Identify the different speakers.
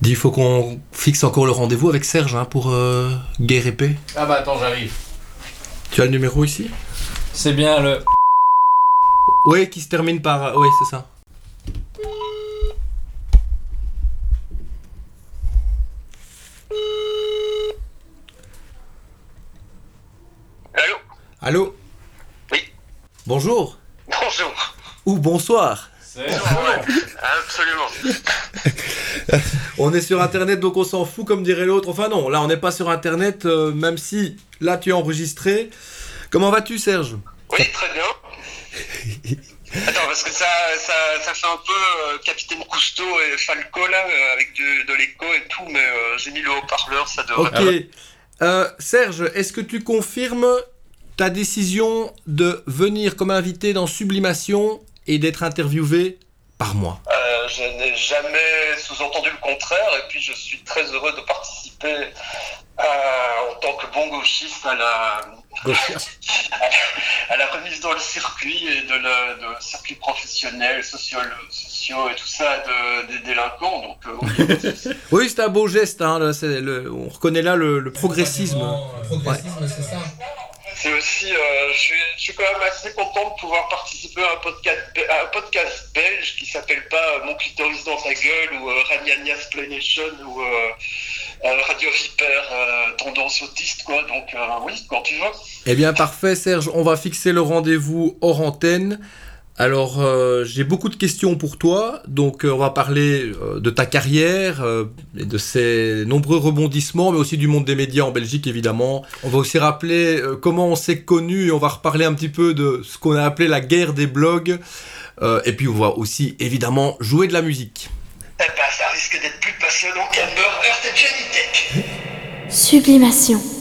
Speaker 1: Dis, il faut qu'on fixe encore le rendez-vous avec Serge hein, pour euh, guerre épée.
Speaker 2: Ah bah attends, j'arrive.
Speaker 1: Tu as le numéro ici
Speaker 2: C'est bien le.
Speaker 1: Oui, qui se termine par. Oui, c'est ça.
Speaker 3: Allô
Speaker 1: Allô
Speaker 3: Oui.
Speaker 1: Bonjour
Speaker 3: Bonjour.
Speaker 1: Ou bonsoir
Speaker 2: C'est
Speaker 3: Absolument.
Speaker 1: On est sur internet donc on s'en fout comme dirait l'autre. Enfin non, là on n'est pas sur internet euh, même si là tu es enregistré. Comment vas-tu Serge
Speaker 3: Oui, très bien. Attends, parce que ça, ça, ça fait un peu euh, Capitaine Cousteau et Falco là, euh, avec du- de l'écho et tout, mais euh, j'ai mis le haut-parleur, ça devrait.
Speaker 1: Ok. Euh, Serge, est-ce que tu confirmes ta décision de venir comme invité dans Sublimation et d'être interviewé par moi
Speaker 3: Euh, je n'ai jamais sous-entendu le contraire, et puis je suis très heureux de participer euh, en tant que bon gauchiste à la, à la remise dans le circuit et de le, de le circuit professionnel, social, sociaux et tout ça de- des délinquants. Donc, euh, oui,
Speaker 1: Oui, c'est un beau geste. hein, là, c'est le- on reconnaît là le, le progressisme.
Speaker 2: Progressisme, c'est ça.
Speaker 3: C'est aussi, euh, je, suis, je suis quand même assez content de pouvoir participer à un podcast, be- à un podcast belge qui s'appelle pas euh, Mon clitoris dans ta gueule ou euh, Ragnagna Splanation ou euh, euh, Radio Vipère euh, tendance autiste quoi. Donc euh, oui, quand tu veux.
Speaker 1: Eh bien, parfait, Serge. On va fixer le rendez-vous hors antenne. Alors, euh, j'ai beaucoup de questions pour toi. Donc, euh, on va parler euh, de ta carrière, euh, et de ses nombreux rebondissements, mais aussi du monde des médias en Belgique, évidemment. On va aussi rappeler euh, comment on s'est connu et on va reparler un petit peu de ce qu'on a appelé la guerre des blogs. Euh, et puis, on va aussi, évidemment, jouer de la musique.
Speaker 3: Eh ben, ça risque d'être plus passionnant qu'Amber Heard et Johnny Depp.
Speaker 4: Sublimation.